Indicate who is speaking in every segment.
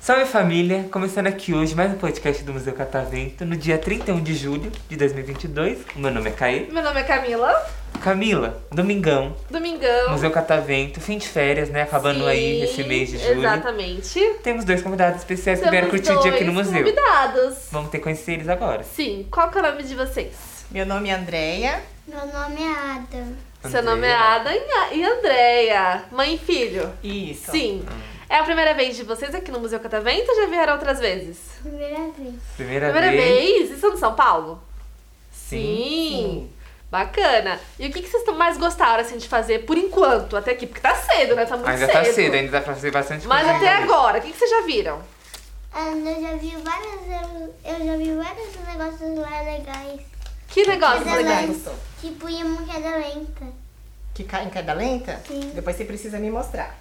Speaker 1: Salve família! Começando aqui hoje mais um podcast do Museu Catavento, no dia 31 de julho de 2022. O meu nome é Caê.
Speaker 2: Meu nome é Camila,
Speaker 1: Camila, domingão,
Speaker 2: Domingão.
Speaker 1: Museu Catavento, fim de férias, né? Acabando
Speaker 2: Sim,
Speaker 1: aí esse mês de julho.
Speaker 2: Exatamente.
Speaker 1: Temos dois convidados especiais que vieram
Speaker 2: Temos
Speaker 1: curtir o dia aqui no
Speaker 2: dois
Speaker 1: museu.
Speaker 2: convidados.
Speaker 1: Vamos ter que conhecer eles agora.
Speaker 2: Sim, qual que é o nome de vocês?
Speaker 3: Meu nome é Andreia.
Speaker 4: Meu nome é Adam.
Speaker 2: Seu nome é
Speaker 1: Andrea.
Speaker 2: Ada e- e Andréia, mãe e filho.
Speaker 3: Isso.
Speaker 2: Sim.
Speaker 1: Ah.
Speaker 2: É a primeira vez de vocês aqui no Museu Catavento ou já vieram outras vezes?
Speaker 4: Primeira vez.
Speaker 1: Primeira,
Speaker 2: Primeira
Speaker 1: vez.
Speaker 2: vez? Isso é no São Paulo?
Speaker 1: Sim.
Speaker 2: Sim. Bacana. E o que, que vocês tão- mais gostaram assim, de fazer por enquanto, até aqui? Porque tá cedo, né? Tá muito
Speaker 1: Ainda
Speaker 2: cedo.
Speaker 1: tá cedo, ainda dá pra fazer bastante
Speaker 2: Mas
Speaker 1: coisa.
Speaker 2: até
Speaker 1: ainda. tá
Speaker 2: agora, o que, que vocês já viram?
Speaker 4: Ah, Eu já vi vários, eu, eu já vi vários negócios lá legais.
Speaker 2: Que negócio
Speaker 4: Mas
Speaker 2: legal.
Speaker 4: ela-
Speaker 3: Gostou?
Speaker 4: Tipo, ia morrer da lenta.
Speaker 3: é Que cai em queda lenta?
Speaker 4: Sim.
Speaker 3: Depois você precisa me mostrar.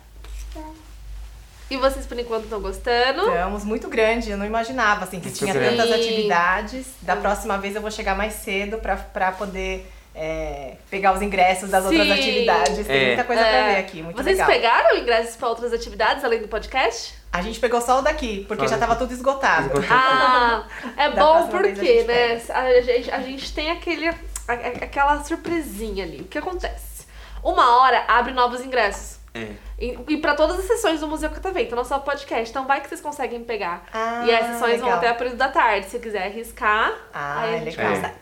Speaker 2: E vocês por enquanto estão gostando?
Speaker 3: Estamos muito grande, eu não imaginava assim que
Speaker 1: Muito
Speaker 3: tinha
Speaker 1: grande.
Speaker 3: tantas
Speaker 2: Sim.
Speaker 3: atividades. Da próxima vez eu vou chegar mais cedo pra, pra poder é, pegar os ingressos das outras
Speaker 2: Sim.
Speaker 3: atividades. Tem
Speaker 1: É.
Speaker 3: muita coisa pra
Speaker 2: É.
Speaker 3: ver aqui, muito
Speaker 2: Vocês
Speaker 3: legal.
Speaker 2: pegaram ingressos para outras atividades além do podcast?
Speaker 3: A gente pegou só o daqui, porque
Speaker 1: Só
Speaker 3: já
Speaker 1: daqui.
Speaker 3: tava tudo esgotado.
Speaker 1: Esgotado.
Speaker 2: Ah, é
Speaker 3: Da
Speaker 2: bom
Speaker 3: próxima vez a
Speaker 2: porque,
Speaker 3: gente
Speaker 2: né? A gente, a gente tem aquele, a- a- aquela surpresinha ali. O que acontece? Uma hora abre novos ingressos.
Speaker 1: É.
Speaker 2: E, e para todas as sessões do Museu Catavento, não só o podcast. Então vai que vocês conseguem pegar.
Speaker 3: Ah,
Speaker 2: e as sessões vão
Speaker 3: legal.
Speaker 2: até a período da tarde. Se quiser arriscar,
Speaker 3: Ah,
Speaker 2: aí a gente
Speaker 3: legal.
Speaker 2: consegue.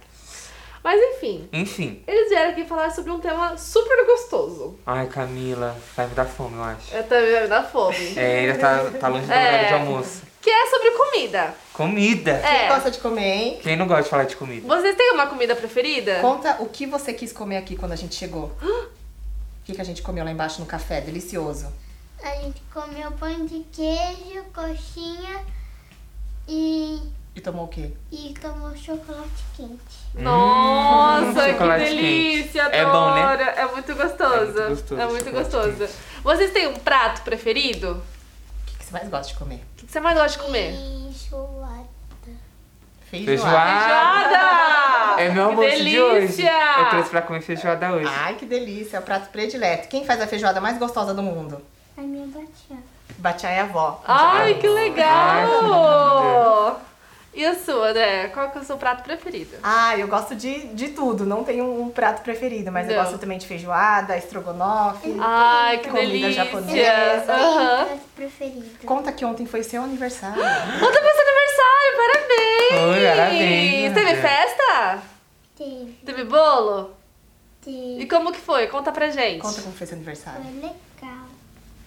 Speaker 2: Mas enfim,
Speaker 1: Enfim.
Speaker 2: eles vieram aqui falar sobre um tema super gostoso.
Speaker 1: Ai, Camila, vai me dar fome, eu acho.
Speaker 2: Eu também vai me dar fome.
Speaker 1: É, ainda tá, tá longe do
Speaker 2: É.
Speaker 1: horário de almoço.
Speaker 2: Que é sobre comida.
Speaker 1: Comida!
Speaker 3: Quem
Speaker 2: É.
Speaker 3: gosta de comer, hein?
Speaker 1: Quem não gosta de falar de comida?
Speaker 2: Vocês têm uma comida preferida?
Speaker 3: Conta o que você quis comer aqui quando a gente chegou. O
Speaker 2: Ah.
Speaker 3: que, que a gente comeu lá embaixo no café? Delicioso.
Speaker 4: A gente comeu pão de queijo, coxinha e,
Speaker 3: E tomou o quê?
Speaker 4: e tomou chocolate quente.
Speaker 2: Nossa, que
Speaker 1: Hum, chocolate quente.
Speaker 2: delícia!
Speaker 1: É bom, né?
Speaker 2: adoro. É muito gostoso.
Speaker 1: É muito gostoso,
Speaker 2: É muito
Speaker 1: chocolate
Speaker 2: gostoso. Vocês têm um prato preferido?
Speaker 3: O que, que você mais gosta de comer?
Speaker 2: O que você mais gosta de comer?
Speaker 4: E chocolate.
Speaker 1: Feijoada.
Speaker 2: Feijoada!
Speaker 1: É meu
Speaker 2: que
Speaker 1: almoço de hoje.
Speaker 2: delícia! Ah.
Speaker 1: Eu trouxe pra comer feijoada hoje.
Speaker 3: Ai, que delícia. É o prato predileto. Quem faz a feijoada mais gostosa do mundo?
Speaker 4: A minha batia.
Speaker 3: Batiá é a avó.
Speaker 2: Ai, que
Speaker 1: Ai, que
Speaker 2: legal! E a sua, né? Qual que é o seu prato preferido?
Speaker 3: Ah, eu gosto de, de tudo. Não tenho um prato preferido, mas eu
Speaker 2: Não. Ah.
Speaker 3: gosto também de feijoada, estrogonofe.
Speaker 2: Ai, que
Speaker 3: Comida
Speaker 2: delícia!
Speaker 3: japonesa.
Speaker 2: Aham.
Speaker 4: Meu preferido.
Speaker 3: Conta que ontem foi seu aniversário.
Speaker 2: Ontem foi seu aniversário, parabéns!
Speaker 1: Foi, parabéns, É.
Speaker 2: Teve
Speaker 1: André.
Speaker 2: festa?
Speaker 4: Teve,
Speaker 2: Teve bolo? E
Speaker 4: teve.
Speaker 2: como que foi? Conta pra gente.
Speaker 3: Conta como foi seu aniversário.
Speaker 4: Foi é legal.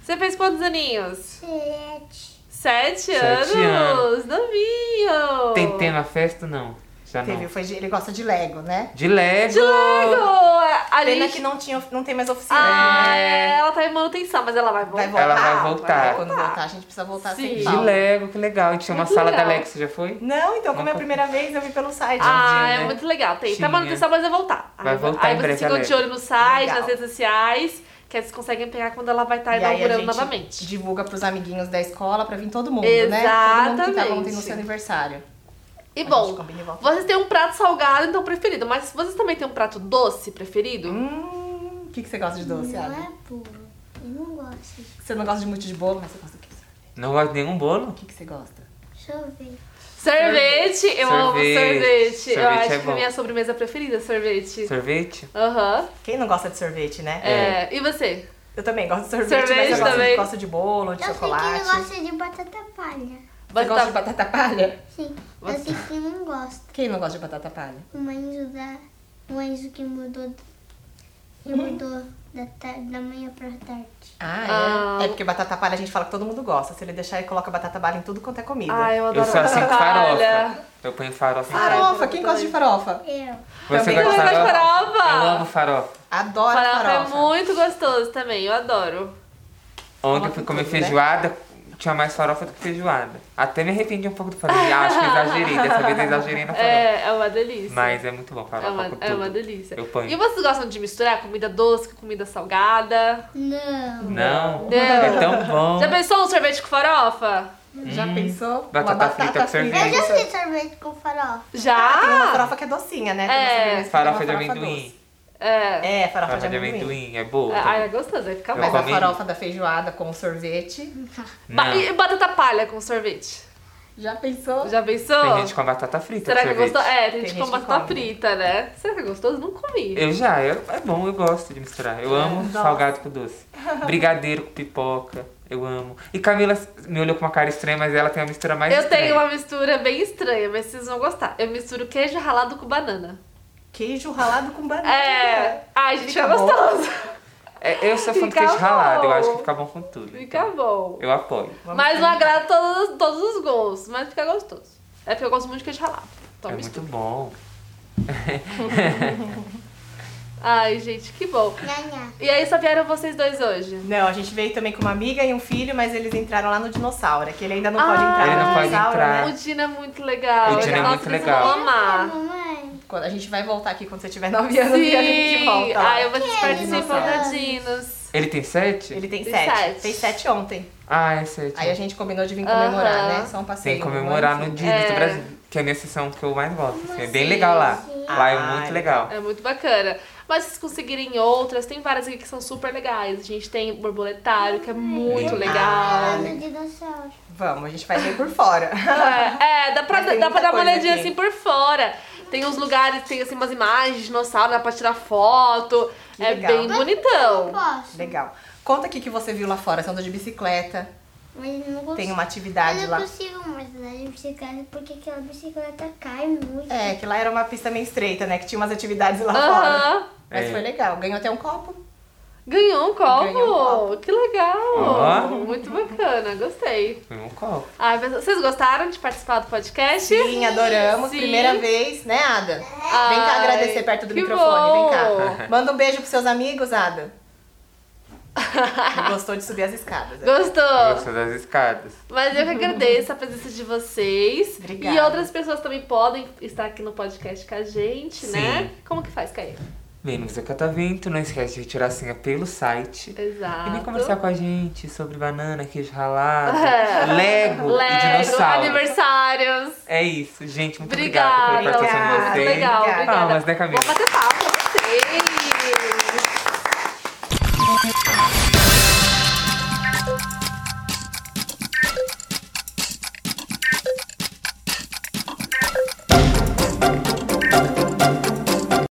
Speaker 2: Você fez quantos aninhos?
Speaker 4: Sete.
Speaker 2: Sete, anos!
Speaker 1: Sete anos.
Speaker 2: Novinho!
Speaker 1: Tem tema festa? Não. Já
Speaker 3: Teve,
Speaker 1: Ah, não.
Speaker 3: foi de- ele gosta de Lego, né?
Speaker 1: De Lego!
Speaker 2: De Lego! A
Speaker 3: Pena
Speaker 2: gente...
Speaker 3: que não, tinha, não tem mais oficina.
Speaker 2: Ah, é, ela tá em manutenção, mas ela vai voltar.
Speaker 3: Vai voltar.
Speaker 1: Ela vai voltar.
Speaker 3: Quando voltar, a gente precisa voltar
Speaker 2: Sim.
Speaker 3: sem
Speaker 1: De
Speaker 3: falta.
Speaker 1: Lego, que legal. A gente tinha uma
Speaker 2: Muito
Speaker 1: sala
Speaker 2: legal.
Speaker 1: da Lego, você já foi?
Speaker 3: Não, então, como é a primeira vez, eu vi pelo site.
Speaker 2: Ah,
Speaker 1: dia,
Speaker 2: é
Speaker 1: né?
Speaker 2: muito legal. Tem, tá
Speaker 1: Tinha.
Speaker 2: em manutenção, mas vai voltar.
Speaker 1: Vai
Speaker 2: Aí-
Speaker 1: voltar
Speaker 2: Aí
Speaker 1: em
Speaker 2: vocês
Speaker 1: breve, é.
Speaker 2: ficam de
Speaker 1: Alex.
Speaker 2: olho no site,
Speaker 3: Legal.
Speaker 2: nas redes sociais, que aí vocês conseguem pegar quando ela vai estar
Speaker 3: E aí a
Speaker 2: inaugurando
Speaker 3: gente
Speaker 2: novamente.
Speaker 3: Divulga pros amiguinhos da escola pra vir todo mundo, né? Todo mundo que tava ontem no
Speaker 2: Exatamente.
Speaker 3: seu aniversário.
Speaker 2: E
Speaker 3: A gente
Speaker 2: bom,
Speaker 3: combina e volta.
Speaker 2: vocês têm um prato salgado, então preferido, mas vocês também têm um prato doce preferido?
Speaker 3: Hum, o que, que você gosta de doce,
Speaker 4: Não
Speaker 3: Adam?
Speaker 4: é puro. Eu não gosto.
Speaker 3: Você não gosta de muito de bolo, mas você gosta do quê?
Speaker 1: Não gosto de nenhum bolo?
Speaker 3: O que, que você gosta?
Speaker 4: Sorvete.
Speaker 2: Sorvete, eu amo
Speaker 1: Sorvete.
Speaker 2: sorvete. eu
Speaker 1: Sorvete
Speaker 2: acho
Speaker 1: é
Speaker 2: que
Speaker 1: bom.
Speaker 2: é minha sobremesa preferida, é sorvete.
Speaker 1: Sorvete?
Speaker 2: Aham.
Speaker 3: Quem não gosta de sorvete, né?
Speaker 2: É, E você?
Speaker 3: Eu também gosto de sorvete,
Speaker 2: Sorvete
Speaker 3: mas eu gosto
Speaker 2: também.
Speaker 3: de, gosto de bolo, de
Speaker 4: Eu sei que
Speaker 3: chocolate.
Speaker 4: ele gosta de batata palha.
Speaker 3: Você gosta de
Speaker 2: Batata-
Speaker 3: batata palha?
Speaker 4: Sim, eu sei que não gosta.
Speaker 3: Quem não gosta de batata palha?
Speaker 4: Um anjo da. Um anjo que mudou. Que mudou da, ta- da manhã pra tarde.
Speaker 3: Ah, é?
Speaker 2: Ah.
Speaker 3: É porque batata palha a gente fala que todo mundo gosta. Se ele deixar, ele coloca batata palha em tudo quanto é comida.
Speaker 2: Ai, Ah, eu adoro
Speaker 1: eu sou assim com
Speaker 2: batata palha.
Speaker 1: farofa. Eu ponho farofa. em tudo.
Speaker 3: Farofa, quem gosta de farofa?
Speaker 4: Eu.
Speaker 1: Você gosta de
Speaker 3: Também
Speaker 2: gosto de
Speaker 1: farofa?
Speaker 2: farofa.
Speaker 1: Eu amo farofa.
Speaker 3: Adoro
Speaker 2: Farofa,
Speaker 3: farofa.
Speaker 2: é muito gostoso também, eu adoro.
Speaker 1: Ontem
Speaker 3: Coloca
Speaker 1: eu fui
Speaker 3: em
Speaker 1: comer
Speaker 3: tudo, né?
Speaker 1: feijoada, tinha mais farofa do que feijoada. Até me arrependi um pouco do farofa. Acho que eu exagerei. Dessa vez eu exagerei na farofa.
Speaker 2: É, é uma delícia.
Speaker 1: Mas é muito bom farofa
Speaker 2: é uma,
Speaker 1: com tudo.
Speaker 2: é uma delícia.
Speaker 1: Eu ponho.
Speaker 2: E vocês gostam de misturar comida doce com comida salgada?
Speaker 4: Não.
Speaker 1: Não,
Speaker 2: Não.
Speaker 1: é tão bom.
Speaker 2: Já pensou um sorvete com farofa?
Speaker 3: Já pensou?
Speaker 1: Hum. Batata
Speaker 3: uma batata
Speaker 1: frita com
Speaker 3: frita.
Speaker 4: Eu
Speaker 1: sorvete.
Speaker 4: já fiz sorvete com farofa.
Speaker 3: Ah, tem uma
Speaker 2: Já?
Speaker 3: farofa que é docinha, né?
Speaker 2: É.
Speaker 3: Tem uma sobremesa que tem uma
Speaker 1: Farofa de amendoim.
Speaker 3: doce.
Speaker 2: É.
Speaker 3: É, farofa,
Speaker 1: Farofa de amendoim, é boa.
Speaker 2: Ai, é gostoso, vai ficar
Speaker 1: Eu
Speaker 2: bom.
Speaker 3: Mas a
Speaker 1: comi.
Speaker 3: farofa da feijoada com sorvete.
Speaker 2: Ba-
Speaker 1: Não.
Speaker 2: ah, E batata palha com sorvete.
Speaker 3: Já pensou?
Speaker 2: Já pensou?
Speaker 1: Tem gente com batata frita.
Speaker 2: Será que é
Speaker 1: sorvete.
Speaker 2: gostoso? É, tem
Speaker 3: Tem
Speaker 2: gente com
Speaker 3: gente que
Speaker 2: batata
Speaker 3: come.
Speaker 2: frita, né? Será que é gostoso? Não comi.
Speaker 1: Eu já, eu- é bom, eu gosto de misturar. Eu amo
Speaker 3: nossa.
Speaker 1: salgado com doce. Brigadeiro com pipoca, eu amo. E Camila me olhou com uma cara estranha, mas ela tem uma mistura mais
Speaker 2: Eu
Speaker 1: estranha.
Speaker 2: tenho uma mistura bem estranha, mas vocês vão gostar. Eu misturo queijo ralado com banana.
Speaker 3: Queijo ralado com banana.
Speaker 2: É. Ai, gente, é
Speaker 3: Fica bom.
Speaker 2: gostoso.
Speaker 1: É, eu sou fã do
Speaker 2: Fica
Speaker 1: queijo ralado, eu
Speaker 2: bom.
Speaker 1: acho que fica bom com tudo. então.
Speaker 2: Fica bom.
Speaker 1: Eu apoio.
Speaker 3: Vamos
Speaker 2: mas não
Speaker 3: tentar.
Speaker 2: agrada todos, todos os gostos, mas fica gostoso. É porque eu gosto muito de queijo ralado. Então
Speaker 1: é
Speaker 2: mistura.
Speaker 1: muito bom.
Speaker 2: Ai, gente, que bom.
Speaker 4: Nhanhá.
Speaker 2: E aí só vieram vocês dois hoje?
Speaker 3: Não, a gente veio também com uma amiga e um filho, mas eles entraram lá no dinossauro, é que ele ainda não pode
Speaker 2: Ah,
Speaker 3: entrar
Speaker 1: Ele
Speaker 3: no
Speaker 1: não pode
Speaker 3: dinossauro,
Speaker 1: entrar.
Speaker 2: O Dino é muito legal.
Speaker 1: Ah. O
Speaker 3: Dino é
Speaker 2: Nossa,
Speaker 1: muito
Speaker 2: vocês
Speaker 1: legal.
Speaker 2: Vão
Speaker 3: Ah.
Speaker 2: amar.
Speaker 4: Mamãe.
Speaker 3: né? Quando a gente vai voltar aqui quando você tiver 9 anos e a gente
Speaker 2: Sim. Ah,
Speaker 3: volta. lá.
Speaker 2: Ai, vocês participam da
Speaker 4: dinossauro.
Speaker 2: Dinos.
Speaker 1: Ele tem sete?
Speaker 3: Ele tem
Speaker 2: Tem
Speaker 3: 7.
Speaker 2: sete.
Speaker 3: Fez 7 ontem.
Speaker 1: Ah, é sete.
Speaker 3: Aí a gente combinou de vir comemorar,
Speaker 2: Aham.
Speaker 3: né? Só um passeio.
Speaker 1: Tem que comemorar
Speaker 3: um
Speaker 1: no
Speaker 3: ano.
Speaker 1: Dinos
Speaker 2: É.
Speaker 1: do Brasil, que é a minha sessão que eu mais gosto. assim, é bem
Speaker 2: Sim.
Speaker 1: legal lá. Lá é
Speaker 3: Ah,
Speaker 1: muito legal.
Speaker 2: É muito bacana. Mas se vocês conseguirem outras, tem várias aqui que são super legais. A gente tem borboletário, que é muito
Speaker 4: Ah,
Speaker 2: legal.
Speaker 4: no dinossauro.
Speaker 3: Vamos, a gente vai ver por fora.
Speaker 2: É, é, dá pra,
Speaker 3: Ah. Mas tem
Speaker 2: dá pra dar
Speaker 3: muita
Speaker 2: uma
Speaker 3: coisa
Speaker 2: olhadinha
Speaker 3: aqui.
Speaker 2: assim por fora. Tem uns lugares, tem assim umas imagens de dinossauro, dá pra tirar foto.
Speaker 3: Que
Speaker 2: é
Speaker 3: legal.
Speaker 2: bem
Speaker 3: Então,
Speaker 4: Eu
Speaker 2: bonitão.
Speaker 4: posso.
Speaker 3: Legal. Conta aqui que você viu lá fora. Você andou de bicicleta,
Speaker 4: Mas eu não consigo.
Speaker 3: tem uma atividade
Speaker 4: eu
Speaker 3: lá.
Speaker 4: não consigo mais andar de bicicleta porque aquela bicicleta cai muito.
Speaker 3: É, que lá era uma pista meio estreita, né? Que tinha umas atividades lá fora.
Speaker 2: Aham.
Speaker 3: Mas
Speaker 1: É.
Speaker 3: foi legal. Ganhou até um copo.
Speaker 2: Ganhou um copo.
Speaker 3: Ganhou um
Speaker 2: Que legal.
Speaker 1: Ó.
Speaker 2: Muito bacana, gostei.
Speaker 1: Foi um copo.
Speaker 2: Ai, mas vocês gostaram de participar do podcast?
Speaker 3: Sim, adoramos.
Speaker 2: Sim.
Speaker 3: Primeira vez, né, Ada?
Speaker 2: Ai,
Speaker 3: Vem cá agradecer perto do
Speaker 2: que
Speaker 3: microfone. Vem
Speaker 2: bom.
Speaker 3: cá. Manda um beijo pros seus amigos, Ada. Ele Gostou de subir as escadas. né?
Speaker 2: Gostou?
Speaker 1: Gostou das escadas.
Speaker 2: Mas eu que agradeço a presença de vocês.
Speaker 3: Obrigada.
Speaker 2: E outras pessoas também podem estar aqui no podcast com a gente, né?
Speaker 1: Sim.
Speaker 2: Como que faz, Caio?
Speaker 1: Vem no Museu Catavento, não esquece de retirar a senha pelo site.
Speaker 2: Exato.
Speaker 1: E vem conversar com a gente sobre banana, queijo ralado,
Speaker 2: É.
Speaker 1: Lego, e
Speaker 2: Lego,
Speaker 1: dinossauro.
Speaker 2: aniversários.
Speaker 1: É isso, gente. Muito
Speaker 2: Obrigada.
Speaker 1: obrigado pela participação de
Speaker 3: Obrigada,
Speaker 1: vocês.
Speaker 2: Legal,
Speaker 3: Obrigada.
Speaker 2: obrigada.
Speaker 1: Palmas, né, Camila?
Speaker 2: Vou bater palmas pra vocês.